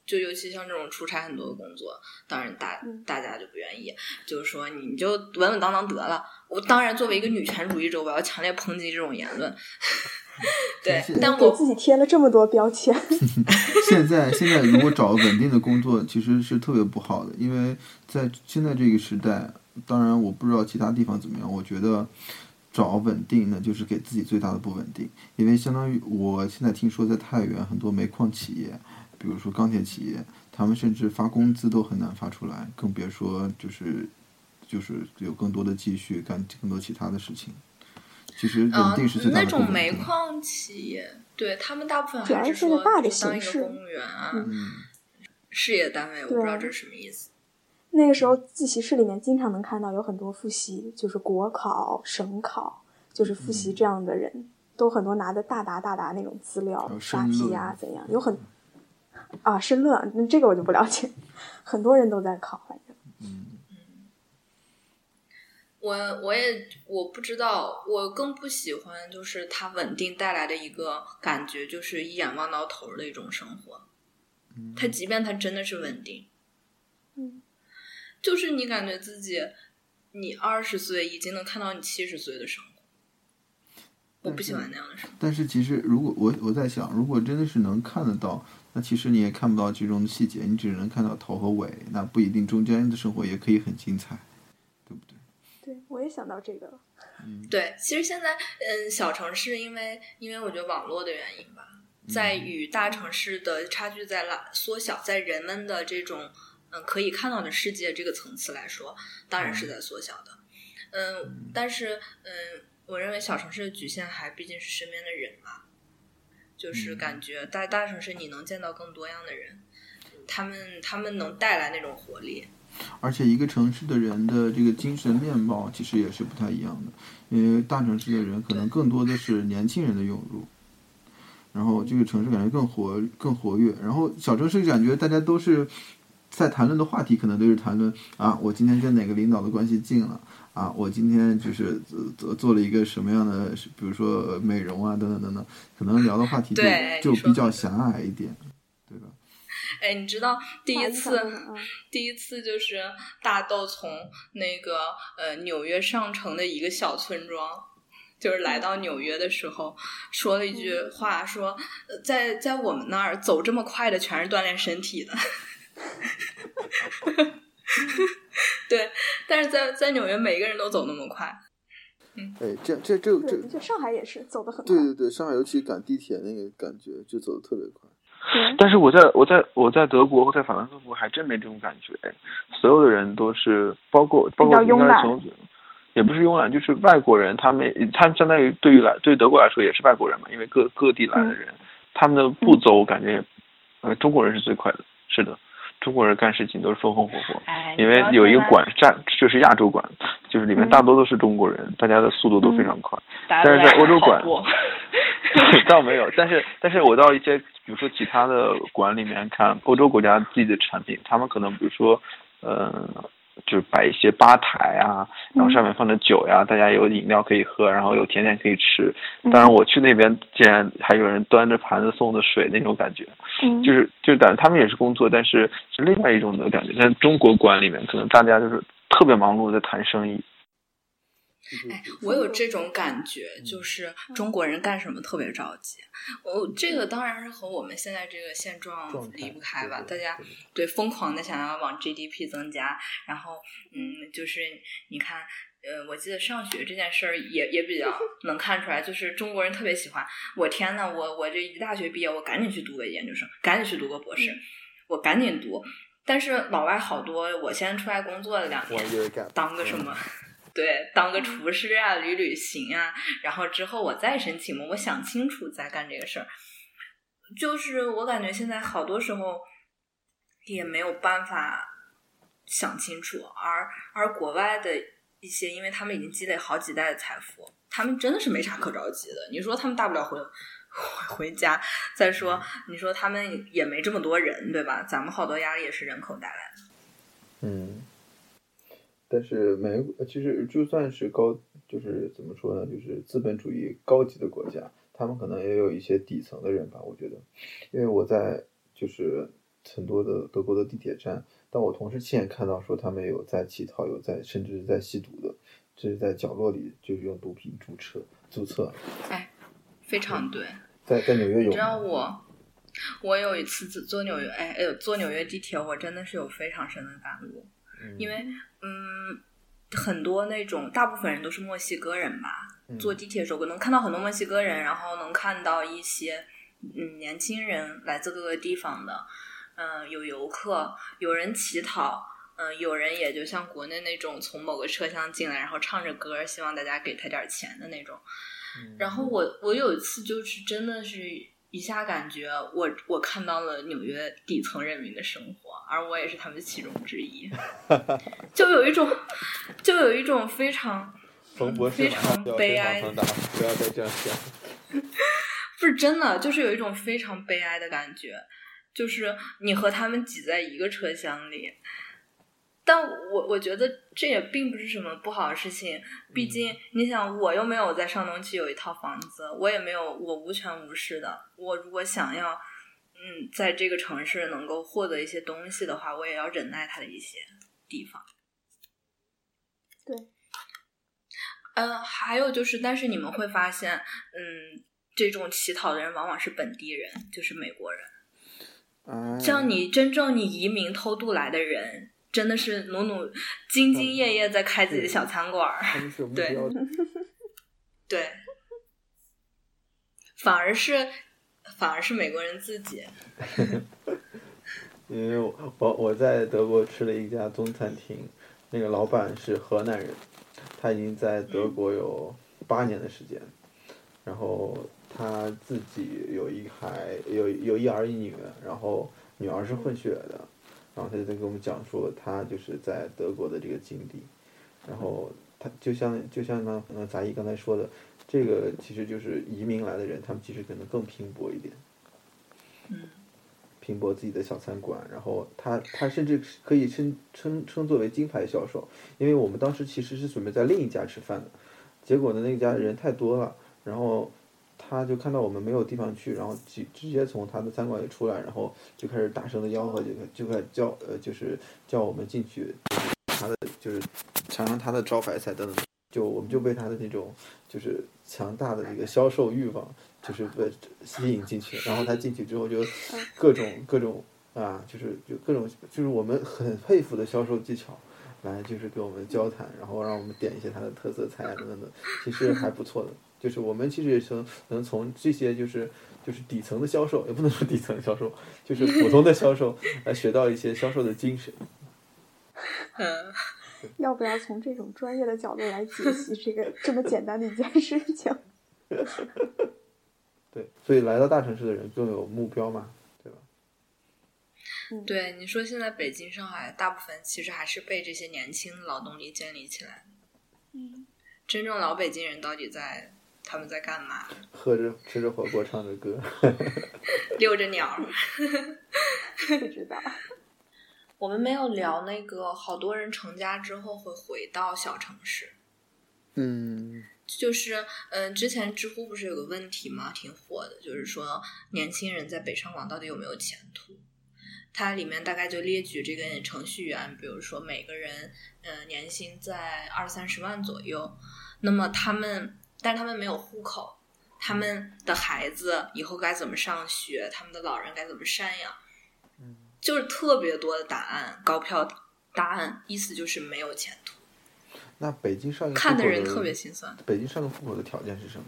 Speaker 2: 就尤其像这种出差很多的工作，当然大
Speaker 4: 嗯
Speaker 2: 大家就不愿意，就是说你就稳稳当当得了。我当然作为一个女权主义者，我要强烈抨击这种言 论。对，但
Speaker 4: 给
Speaker 2: 我
Speaker 4: 自己贴了这么多标签，
Speaker 5: 现在现在如果找稳定的工作，其实是特别不好的，因为在现在这个时代，当然我不知道其他地方怎么样，我觉得找稳定呢，就是给自己最大的不稳定，因为相当于我现在听说在太原很多煤矿企业，比如说钢铁企业，他们甚至发工资都很难发出来，更别说就是就是有更多的积蓄干更多其他的事情。其实
Speaker 2: 嗯
Speaker 5: 稳，定是最大
Speaker 2: 那
Speaker 5: 的不稳
Speaker 2: 种
Speaker 5: 定。
Speaker 2: 煤矿企业，对他们大部分
Speaker 4: 主要
Speaker 2: 还
Speaker 4: 是
Speaker 2: 说
Speaker 4: 现在大的
Speaker 2: 就当
Speaker 4: 形
Speaker 2: 一个
Speaker 4: 式
Speaker 2: 公务员啊、
Speaker 5: 嗯，
Speaker 2: 事业单位，我不知道
Speaker 4: 对
Speaker 2: 这是什么意思。
Speaker 4: 那个时候自习室里面经常能看到有很多复习，就是国考、省考，就是复
Speaker 5: 嗯
Speaker 4: 习这样的人，都很多拿的大达大达那种资料
Speaker 5: 还有，
Speaker 4: 大
Speaker 5: 哦申
Speaker 4: 批
Speaker 5: 论嗯
Speaker 4: 啊怎样，有很啊申论，那这个我就不了解，很多人都在考，反正
Speaker 2: 我我也我不知道，我更不喜欢就是它稳定带来的一个感觉，就是一眼望到头儿的一种生活。它即便它真的是稳定，
Speaker 4: 嗯，
Speaker 2: 就是你感觉自己，你二十岁已经能看到你七十岁的生活，我不喜欢那样的生活。
Speaker 5: 但是其实，如果我我在想，如果真的是能看得到，那其实你也看不到其中的细节，你只能看到头和尾，那不一定中间的生活也可以很精彩，对不对？
Speaker 4: 对我也想到这个了，
Speaker 2: 对，其实现在，嗯，小城市因为因为我觉得网络的原因吧，在与大城市的差距在拉缩小，在人们的这种嗯可以看到的世界这个层次来说，当然是在缩小的。嗯，但是嗯，我认为小城市的局限还毕竟是身边的人嘛，就是感觉大大城市你能见到更多样的人，他们他们能带来那种活力。
Speaker 5: 而且一个城市的人的这个精神面貌其实也是不太一样的，因为大城市的人可能更多的是年轻人的涌入，然后这个城市感觉更活更活跃，然后小城市感觉大家都是在谈论的话题可能都是谈论啊，我今天跟哪个领导的关系近了。啊，我今天就是做做做了一个什么样的，比如说呃美容啊，等等等等，可能聊的话题就
Speaker 2: 对
Speaker 5: 就
Speaker 2: 你说
Speaker 5: 比较狭隘一点，对吧？
Speaker 2: 哎，你知道第
Speaker 4: 哇
Speaker 2: 一
Speaker 4: 你想
Speaker 2: 次
Speaker 4: 到了啊
Speaker 2: 第一次就是大豆从那个呃纽约上城的一个小村庄，就是
Speaker 5: 嗯
Speaker 2: 来到纽约的时候，说了一句话，说呃在在我们那儿走这么快的全是锻炼身体的。 对，但是在在纽约，每个人都走那么快。
Speaker 5: 哎，这这这这
Speaker 4: 对，的确上海也是走得很快
Speaker 5: 对，对对，上海尤其赶地铁那个感觉就走的特别快。
Speaker 8: 但是我在我在我在德国或在法兰克福还真没这种感觉，所有的人都是包括包
Speaker 4: 比
Speaker 8: 括
Speaker 4: 较
Speaker 8: 应
Speaker 4: 慵
Speaker 8: 该
Speaker 4: 懒
Speaker 8: 是从，也不是慽懒，就是外国人他们他们相当于对于来对德国来说也是外国人嘛，因为各各地来的人，
Speaker 4: 嗯
Speaker 8: 他们的步骤我感觉，呃，中国人是最快的，是的，中国人干事情都是风风火火。
Speaker 9: 哎，
Speaker 8: 因为有一个馆站，就是亚洲馆，就是里面大多都是中国人，大家的速度都非常快。
Speaker 9: 嗯大家
Speaker 8: 但
Speaker 9: 都
Speaker 8: 是在欧洲
Speaker 9: 跑
Speaker 8: 馆
Speaker 9: 步
Speaker 8: 倒没有，但是但是我到一些比如说其他的馆里面看欧洲国家自己的产品，他们可能比如说，呃，就是摆一些吧台啊，
Speaker 9: 嗯
Speaker 8: 然后上面放着酒呀、大家有饮料可以喝，然后有甜点可以吃。
Speaker 9: 嗯
Speaker 5: 嗯
Speaker 8: 当然我去那边竟然还有人端着盘子送的水那种感觉，
Speaker 4: 嗯
Speaker 8: 就是就是感觉他们也是工作，但是是另外一种的感觉。但中国馆里面可能大家就是特别忙碌地在谈生意，
Speaker 5: 嗯
Speaker 2: 哎，我有这种感觉，就是中国人干什么特别着急。我、这个当然是和我们现在这个现状
Speaker 5: 嗯状态
Speaker 2: 离不开吧，大
Speaker 5: 对对
Speaker 2: 家
Speaker 5: 对
Speaker 2: 对疯狂的想要往 GDP 增加，然后嗯，就是你看。呃，我记得上学这件事儿也也比较能看出来，就是中国人特别喜欢。我天呐，我我这一大学毕业，我赶紧去读个研究生，赶紧去读个博士，我赶紧读。但是老外好多，我先出来工作了两年，
Speaker 5: year gap，
Speaker 2: 当个什么？对，当个厨师啊，旅旅行啊，然后之后我再申请嘛，我想清楚再干这个事儿。就是我感觉现在好多时候也没有办法想清楚，而而国外的一些，因为他们已经积累好几代的财富，他们真的是没啥可着急的。你说他们大不了回 回回家，再说你说他们也没这么多人，对吧？咱们好多压力也是人口带来的。
Speaker 5: 嗯，但是美，其实就算是高
Speaker 8: 就是怎么说呢，就是资本主义高级的国家，他们可能也有一些底层的人吧，我觉得，因为我在就是很多的德国的地铁站，但我同时亲眼看到说他们有在乞讨，有在甚至是在吸毒的，这是在角落里就是用毒品注册注册，
Speaker 2: 哎，非常对。
Speaker 8: 在在纽约有
Speaker 2: 你知道
Speaker 8: 吗，
Speaker 2: 我，我有一次坐坐纽约，哎，哎呦坐纽约地铁，我真的是有非常深的感悟，因为嗯，很多那种大部分人都是墨西哥人吧，
Speaker 8: 嗯
Speaker 2: 坐地铁的时候能看到很多墨西哥人，然后能看到一些嗯年轻人来自各个地方的，嗯、有游客，有人乞讨。嗯，有人也就像国内那种从某个车厢进来，然后唱着歌，希望大家给他点儿钱的那种。
Speaker 8: 嗯
Speaker 2: 然后我我有一次就是真的是一下感觉我我看到了纽约底层人民的生活，而我也是他们其中之 一，就有一种就有一种非常
Speaker 8: 冯博士
Speaker 2: 非
Speaker 8: 马
Speaker 2: 常
Speaker 8: 上就要
Speaker 2: 悲
Speaker 8: 身
Speaker 2: 哀
Speaker 8: 上放大，不要再这样想。
Speaker 2: 不是真的，就是有一种非常悲哀的感觉，就是你和他们挤在一个车厢里。但我我觉得这也并不是什么不好的事情，毕竟你想，我又没有在上东区有一套房子，我也没有，我无权无势的。我如果想要，嗯，在这个城市能够获得一些东西的话，我也要忍耐它的一些地方。
Speaker 4: 对，
Speaker 2: 嗯，还有就是，但是你们会发现，嗯，这种乞讨的人往往是本地人，就是美国人。
Speaker 5: 哎
Speaker 8: 啊
Speaker 2: 像你真正你移民偷渡来的人，真的是努努兢兢业业在开自己的小餐馆儿。
Speaker 5: 他们是有目
Speaker 2: 对
Speaker 5: 标的，
Speaker 2: 对，反而是反而是美国人自己。
Speaker 8: 因为我我我在德国吃了一家中餐厅，那个老板是河南人，他已经在德国有八年的时间，然后他自己有一孩有有一儿一女，然后女儿是混血的，然后他就在跟我们讲述他就是在德国的这个经历，然后他就像就像那那杂艺刚才说的，这个其实就是移民来的人，他们其实可能更拼搏一点。
Speaker 2: 嗯，
Speaker 8: 拼搏自己的小餐馆，然后他他甚至可以称称称作为金牌销售，因为我们当时其实是准备在另一家吃饭的，结果呢那家人太多了，然后他就看到我们没有地方去，然后直直接从他的餐馆里出来，然后就开始大声的吆喝，就就开始叫呃就是叫我们进去，就是他的就是尝尝他的招牌菜等等，就我们就被他的那种就是强大的这个销售欲望。就是被吸引进去，然后他进去之后就
Speaker 2: 嗯
Speaker 8: 各种各种啊，就是就各种就是我们很佩服的销售技巧，来就是跟我们交谈，然后让我们点一些他的特色菜啊等等等，其实还不错的。就是我们其实也是能从这些就是就是底层的销售，也不能说底层销售，就是普通的销售，来学到一些销售的精神。
Speaker 2: 嗯，
Speaker 4: 要不要从这种专业的角度来解析这个这么简单的一件事情？
Speaker 8: 对，所以来到大城市的人更有目标嘛，对吧？
Speaker 4: 嗯
Speaker 2: 对，你说现在北京、上海大部分其实还是被这些年轻劳动力建立起来。
Speaker 4: 嗯，
Speaker 2: 真正老北京人到底在他们在干嘛？
Speaker 8: 喝着吃着火锅，唱着歌。
Speaker 2: 遛着鸟儿。
Speaker 4: 不知道。
Speaker 2: 我们没有聊那个，好多人成家之后会回到小城市，
Speaker 5: 嗯，
Speaker 2: 就是嗯，之前知乎不是有个问题吗？挺火的，就是说年轻人在北上广到底有没有前途？它里面大概就列举这个程序员，比如说每个人嗯、呃年薪在二三十万左右，那么他们，但是他们没有户口，他们的孩子以后该怎么上学，他们的老人该怎么赡养，就是特别多的答案，高票答案，意思就是没有前途，
Speaker 8: 那北京上一个
Speaker 2: 看
Speaker 8: 户
Speaker 2: 的
Speaker 8: 口
Speaker 2: 人特别心酸。
Speaker 8: 北京上个户口的条件是什么？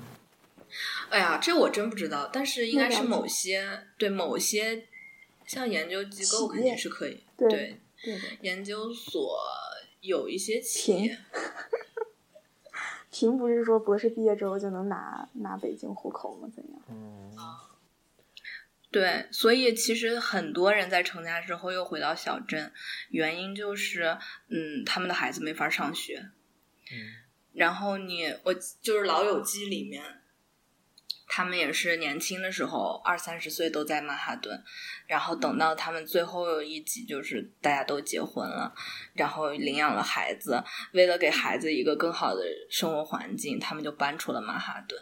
Speaker 2: 哎呀，这我真不知道，但是应该是
Speaker 4: 那了解
Speaker 2: 某些对某些像研究机构
Speaker 4: 企业
Speaker 2: 肯定是可以，
Speaker 4: 对
Speaker 2: 对
Speaker 4: 对的，
Speaker 2: 研究所有一些企业，
Speaker 4: 凭不是说博士毕业之后就能拿拿北京户口吗？怎样？
Speaker 8: 嗯，
Speaker 2: 对，所以其实很多人在成家之后又回到小镇，原因就是，嗯，他们的孩子没法上学。然后你，我就是《老友记》里面，他们也是年轻的时候二三十岁都在曼哈顿，然后等到他们最后一集就是大家都结婚了，然后领养了孩子，为了给孩子一个更好的生活环境，他们就搬出了曼哈顿，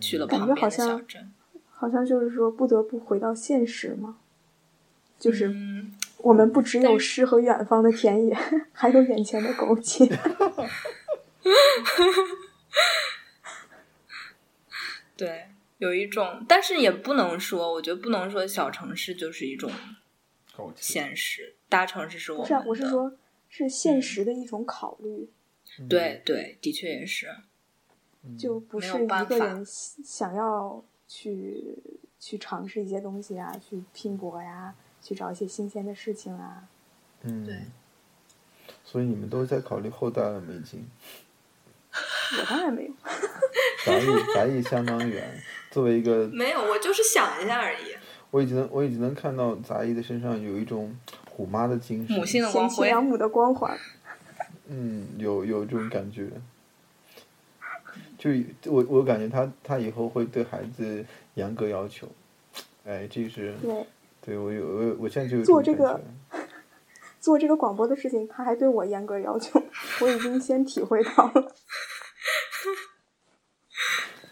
Speaker 2: 去了
Speaker 4: 感
Speaker 2: 旁
Speaker 4: 觉
Speaker 2: 边
Speaker 4: 好
Speaker 2: 的小
Speaker 4: 像
Speaker 2: 镇。
Speaker 4: 好像就是说不得不回到现实嘛，就是
Speaker 2: 嗯，
Speaker 4: 我们不只有诗和远方的田野， 还有眼前的苟且。
Speaker 2: 对，有一种，但是也不能说，我觉得不能说小城市就是一种
Speaker 3: 苟且。
Speaker 2: 现实，大城市是 我们
Speaker 4: 不是啊，
Speaker 2: 的。嗯
Speaker 4: 我是说，是现实的一种考虑，
Speaker 8: 嗯
Speaker 2: 对对，的确也是。
Speaker 4: 就不
Speaker 2: 没
Speaker 4: 是
Speaker 2: 有
Speaker 4: 一
Speaker 2: 办
Speaker 4: 个
Speaker 2: 法
Speaker 4: 人想想要去去尝试一些东西啊，去拼搏呀、去找一些新鲜的事情啊。
Speaker 8: 嗯，
Speaker 2: 对。
Speaker 8: 所以你们都在考虑后大美金，
Speaker 4: 我当然没有，
Speaker 8: 咱 也咱也相当远。作为一个，
Speaker 2: 没有，我就是想一下而已。
Speaker 8: 我已经能我已经能看到杂役的身上有一种虎妈的精神，
Speaker 2: 母性的光
Speaker 4: 贤妻
Speaker 2: 辉，
Speaker 4: 良母的光环。
Speaker 8: 嗯，有有这种感觉。就我我感觉他他以后会对孩子严格要求，哎，这是
Speaker 4: 对，
Speaker 8: 对我有我有我现在就有
Speaker 4: 做
Speaker 8: 种
Speaker 4: 这
Speaker 8: 感
Speaker 4: 个做这个广播的事情，他还对我严格要求，我已经先体会到了。
Speaker 8: 觉，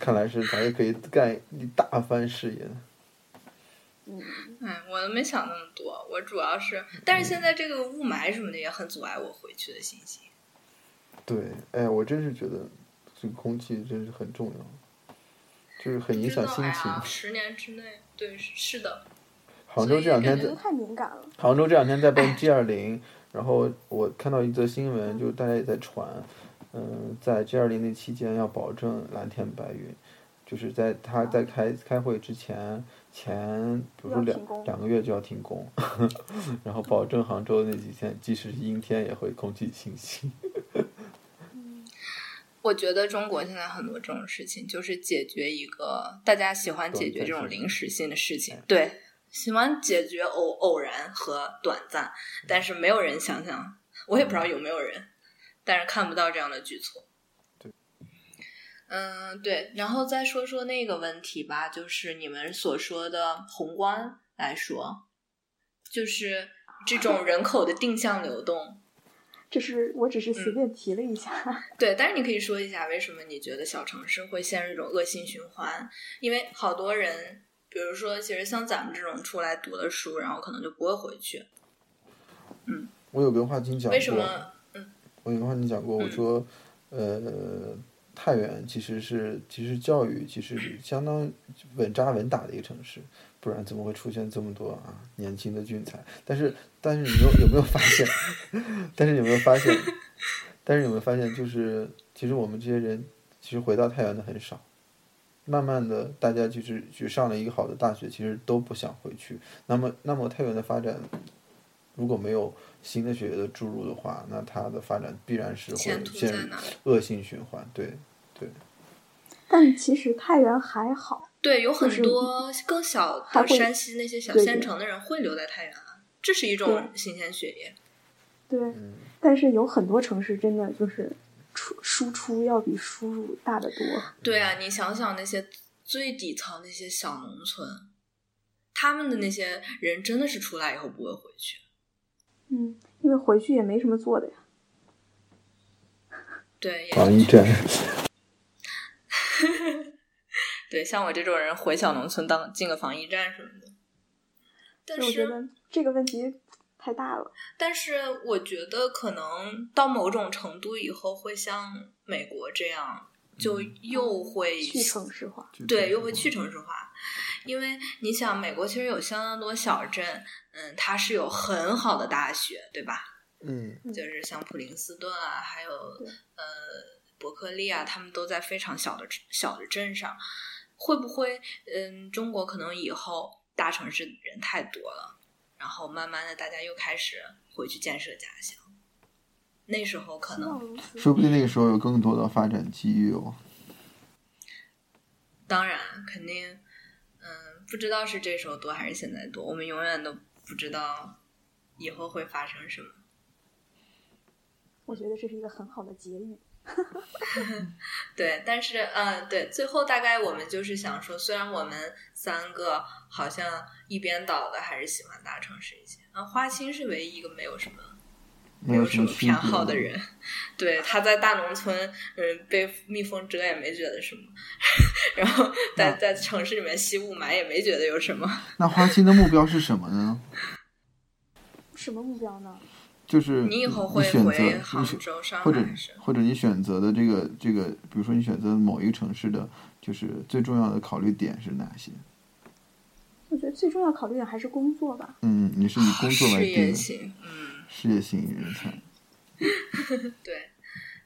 Speaker 8: 看来是咱也可以干一大番事业的。
Speaker 2: 哎，我都没想那么多，我主要是，但是现在这个雾霾什么的也很阻碍我回去的信心。
Speaker 8: 对，哎，我真是觉得这个空气真是很重要，就是很影响
Speaker 2: 知道
Speaker 8: 心
Speaker 2: 哎
Speaker 8: 情。
Speaker 2: 呀，十年之内，对，是是的，
Speaker 8: 杭州这两天
Speaker 2: 所以
Speaker 8: 在
Speaker 2: 感觉
Speaker 4: 太敏感了，
Speaker 8: 杭州这两天在奔 G 二零，然后我看到一则新闻，就是大家也在传，嗯、在 G 二零那期间要保证蓝天白云，就是在他在开开会之前前，比如说
Speaker 4: 要
Speaker 8: 两
Speaker 4: 停工
Speaker 8: 两个月就要停工， 然后保证杭州那几天即使是阴天也会空气清新。
Speaker 2: 我觉得中国现在很多这种事情，就是解决一个大家喜欢解决这种临时性的事情，对，喜欢解决偶偶然和短暂，但是没有人想想，我也不知道有没有人，但是看不到这样的举措。
Speaker 8: 对，
Speaker 2: 嗯，对，然后再说说那个问题吧，就是你们所说的宏观来说，就是这种人口的定向流动。
Speaker 4: 这是我只是随
Speaker 2: 嗯
Speaker 4: 便提了一下。
Speaker 2: 对，但是你可以说一下为什么你觉得小城市会陷入一种恶性循环？因为好多人，比如说，其实像咱们这种出来读了书，然后可能就不会回去。
Speaker 8: 我有跟华清讲过，
Speaker 2: 为什么？
Speaker 8: 我有跟华清讲过，我
Speaker 2: 嗯
Speaker 8: 说，呃，太原其实是其实教育其实相当稳扎稳打的一个城市，不然怎么会出现这么多啊年轻的俊才？但是但是你有有没有发现？ 但是有没有发现？但是有没有发现，就是其实我们这些人其实回到太原的很少。慢慢的，大家就是去上了一个好的大学，其实都不想回去。那么，那么太原的发展如果没有新的血液的注入的话，那它的发展必然是会
Speaker 2: 前途
Speaker 8: 陷
Speaker 2: 在
Speaker 8: 入
Speaker 2: 哪里
Speaker 8: 恶性循环。对，
Speaker 4: 但其实太原还好，
Speaker 2: 对，有很
Speaker 4: 就是
Speaker 2: 多更小
Speaker 4: 还
Speaker 2: 的
Speaker 4: 会
Speaker 2: 山西那些小
Speaker 4: 对
Speaker 2: 县
Speaker 4: 对
Speaker 2: 城的人会留在太原啊，这是一种新鲜血液。
Speaker 4: 对，
Speaker 8: 嗯，
Speaker 4: 但是有很多城市真的就是出输出要比输入大得多。
Speaker 2: 对啊，你想想那些最底层那些小农村，他们的那些人真的是出来以后不会回去。
Speaker 4: 嗯，因为回去也没什么做的呀。
Speaker 2: 对，也
Speaker 4: 啊
Speaker 8: 广义站，
Speaker 2: 对，像我这种人回小农村当进个防疫站什么的。但
Speaker 4: 所以我觉
Speaker 2: 是，
Speaker 4: 得这个问题太大了。
Speaker 2: 但是我觉得可能到某种程度以后，会像美国这样，就又会
Speaker 4: 去城市化，
Speaker 2: 对，又会去城市化。因为你想，美国其实有相当多小镇，嗯，它是有很好的大学，对吧？
Speaker 8: 嗯，
Speaker 4: 嗯
Speaker 2: 就是像普林斯顿啊，还有
Speaker 4: 对
Speaker 2: 呃伯克利啊，他们都在非常小的小的镇上。会不会，嗯，中国可能以后大城市人太多了，然后慢慢的大家又开始回去建设家乡，那时候可
Speaker 4: 希望
Speaker 2: 能，
Speaker 4: 如此。
Speaker 8: 说不定那个时候有更多的发展机遇哦。
Speaker 2: 当然肯定，嗯，不知道是这时候多还是现在多，我们永远都不知道以后会发生什么。
Speaker 4: 我觉得这是一个很好的结语。
Speaker 2: 对，但是嗯，对，最后大概我们就是想说，虽然我们三个好像一边倒的还是喜欢大城市一些，啊，花心是唯一一个没有什么
Speaker 10: 没
Speaker 2: 有
Speaker 10: 有
Speaker 2: 什
Speaker 10: 什
Speaker 2: 么
Speaker 10: 么
Speaker 2: 偏
Speaker 10: 区别
Speaker 2: 好的人，对，他在大农村，嗯，被蜜蜂蛰也没觉得什么，然后在在城市里面吸雾霾也没觉得有什么，
Speaker 8: 那花心的目标是什么呢？
Speaker 4: 什么目标呢？
Speaker 8: 就是
Speaker 2: 你以后
Speaker 8: 你
Speaker 2: 会
Speaker 8: 选择
Speaker 2: 回
Speaker 8: 你
Speaker 2: 杭
Speaker 8: 选
Speaker 2: 州、上
Speaker 8: 或者
Speaker 2: 海是吗？
Speaker 8: 或者你选择的这个这个，比如说你选择某一个城市的，就是最重要的考虑点是哪些？
Speaker 4: 我觉得最重要考虑的还是工作吧。
Speaker 8: 嗯，你是以工作为
Speaker 2: 事
Speaker 8: 定
Speaker 2: 业
Speaker 8: 的，
Speaker 2: 型，嗯。
Speaker 8: 事业吸引人才。
Speaker 2: 对，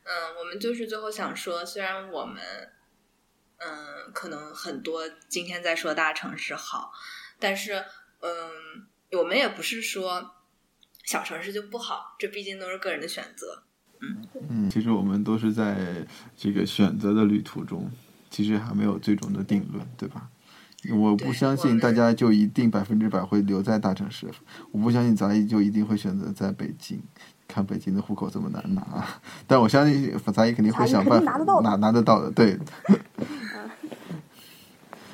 Speaker 2: 嗯，我们就是最后想说，虽然我们，嗯，可能很多今天在说大城市好，但是，嗯，我们也不是说小城市就不好，这毕竟都是个人的选择。
Speaker 8: 嗯，其实我们都是在这个选择的旅途中，其实还没有最终的定论，对吧？我
Speaker 2: 对
Speaker 8: 不相
Speaker 2: 我
Speaker 8: 信
Speaker 2: 们
Speaker 8: 大家就一定百分之百会留在大城市，我不相信咱就一定会选择在北京。看北京的户口这么难拿， 但我相信咱也肯定会
Speaker 4: 咱
Speaker 8: 想
Speaker 4: 肯定拿
Speaker 8: 办法
Speaker 4: 得到的
Speaker 8: 拿拿得到的，对，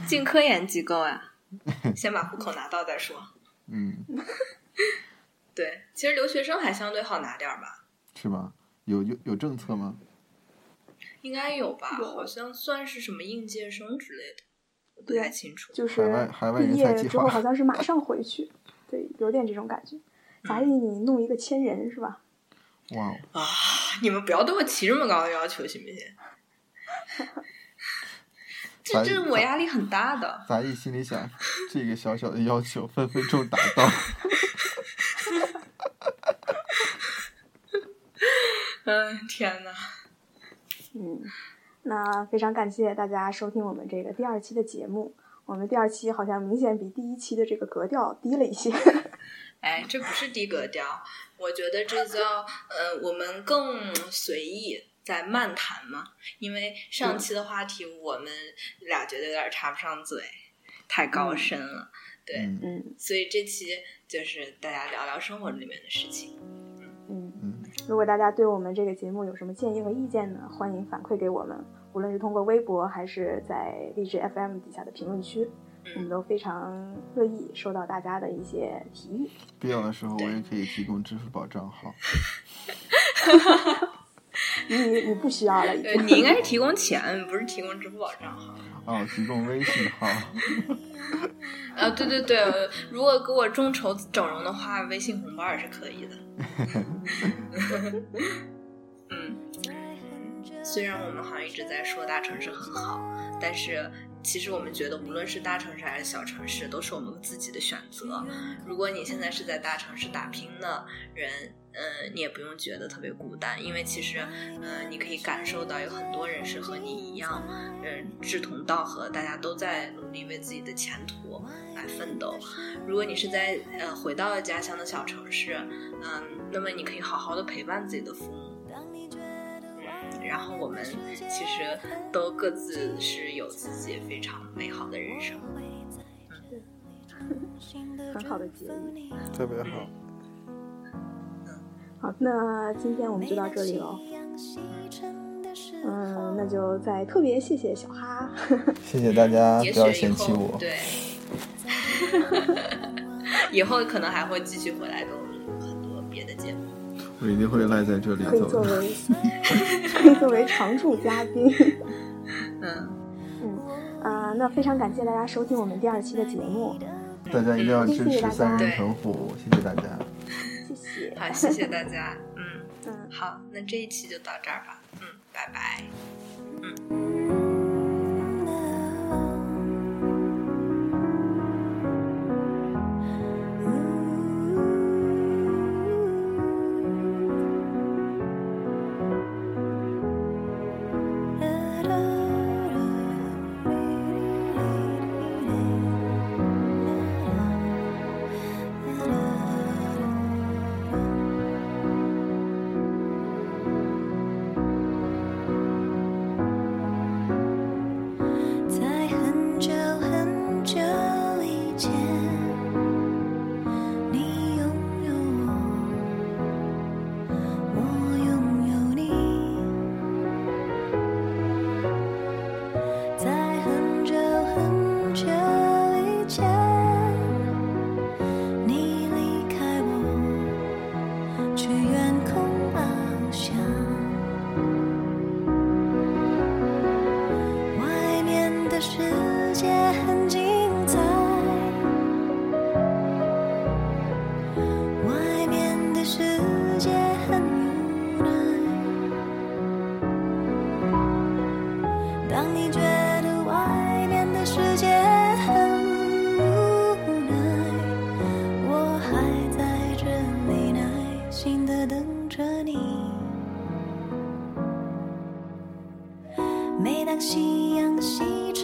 Speaker 2: 进科研机构啊，先把户口拿到再说。
Speaker 8: 嗯，
Speaker 2: 对，其实留学生还相对好拿点儿吧，
Speaker 8: 是吧？有有有政策吗？
Speaker 2: 应该有吧？好像算是什么应届生之类的，我不
Speaker 4: 对
Speaker 2: 太清楚。
Speaker 4: 就
Speaker 8: 海
Speaker 4: 是
Speaker 8: 外海外
Speaker 4: 毕
Speaker 8: 人才
Speaker 4: 业
Speaker 8: 计
Speaker 4: 之后
Speaker 8: 划
Speaker 4: 好，像是马上回去，对，有点这种感
Speaker 2: 嗯
Speaker 4: 觉。咱给你弄一个千人是吧？
Speaker 8: 哇哦，
Speaker 2: 啊， 你们不要对我提这么高的要求，行不行？ 这
Speaker 8: 咱
Speaker 2: 这我压力很大的，
Speaker 8: 杂役心里想，这个小小的要求分分钟达 到。
Speaker 2: 嗯， 天呐，
Speaker 4: 嗯，那非常感谢大家收听我们这个第二期的节目。我们第二期好像明显比第一期的这个格调低了一些。
Speaker 2: 哎，这不是低格调，我觉得这叫呃，我们更随意。在漫谈嘛，因为上期的话题我们俩觉得有点插不上嘴，太高深了，
Speaker 8: 嗯
Speaker 4: 嗯
Speaker 2: 所以这期就是大家聊聊生活里面的事 情。
Speaker 4: 嗯
Speaker 8: 嗯，
Speaker 4: 如果大家对我们这个节目有什么建议和意见呢，欢迎反馈给我们，无论是通过微博还是在荔枝 FM 底下的评论区，我
Speaker 2: 嗯，
Speaker 4: 们都非常乐意收到大家的一些提议。
Speaker 8: 必要的时候我
Speaker 2: 对
Speaker 8: 也可以提供支付宝账号。
Speaker 4: 你你不需 要了，已
Speaker 2: 呃，
Speaker 4: 经。
Speaker 2: 你应该是提供钱，不是提供支付宝账号。
Speaker 8: 哦，提供微信 号，
Speaker 2: 啊，对对对，呃如果给我众筹整容的话，微信红包也是可以的。 嗯，虽然我们好像一直在说大城市很好，但是其实我们觉得，无论是大城市还是小城市，都是我们自己的选择。如果你现在是在大城市打拼的人，嗯，你也不用觉得特别孤单，因为其实，嗯，你可以感受到有很多人是和你一样，嗯，志同道合，大家都在努力为自己的前途来奋斗。如果你是在呃回到了家乡的小城市，嗯，那么你可以好好的陪伴自己的父母。嗯，然后我们其实都各自是有自己非常美好的人生。
Speaker 4: 很好的结语。
Speaker 8: 特别好。
Speaker 4: 好，那今天我们就到这里喽。嗯，那就再特别谢谢小哈，
Speaker 8: 谢谢大家，
Speaker 2: 也
Speaker 8: 啊不
Speaker 2: 许
Speaker 8: 要
Speaker 2: 以
Speaker 8: 嫌弃
Speaker 2: 后
Speaker 8: 我。
Speaker 2: 对， 以后可能还会继续回来跟我们录很多别的节目。
Speaker 8: 我一定会赖在这里
Speaker 4: 可以作
Speaker 8: 走的。
Speaker 4: 为可以作为常驻嘉宾。
Speaker 2: 嗯，
Speaker 4: 嗯，啊、那非常感谢大家收听我们第二期的节目，
Speaker 8: 大家一定要
Speaker 4: 谢谢
Speaker 8: 支持
Speaker 4: 大家
Speaker 8: 三人成虎，谢谢大家。
Speaker 4: 谢谢。
Speaker 2: 好，谢谢大家。嗯，
Speaker 4: 嗯，
Speaker 2: 好，那这一期就到这儿吧。嗯，拜拜。
Speaker 9: Thank 只愿空翱翔。外面的世界很精彩，外面的世界很无奈。当你觉得外面的世界很无奈。我还在这里耐心的等着你。每当夕阳西沉，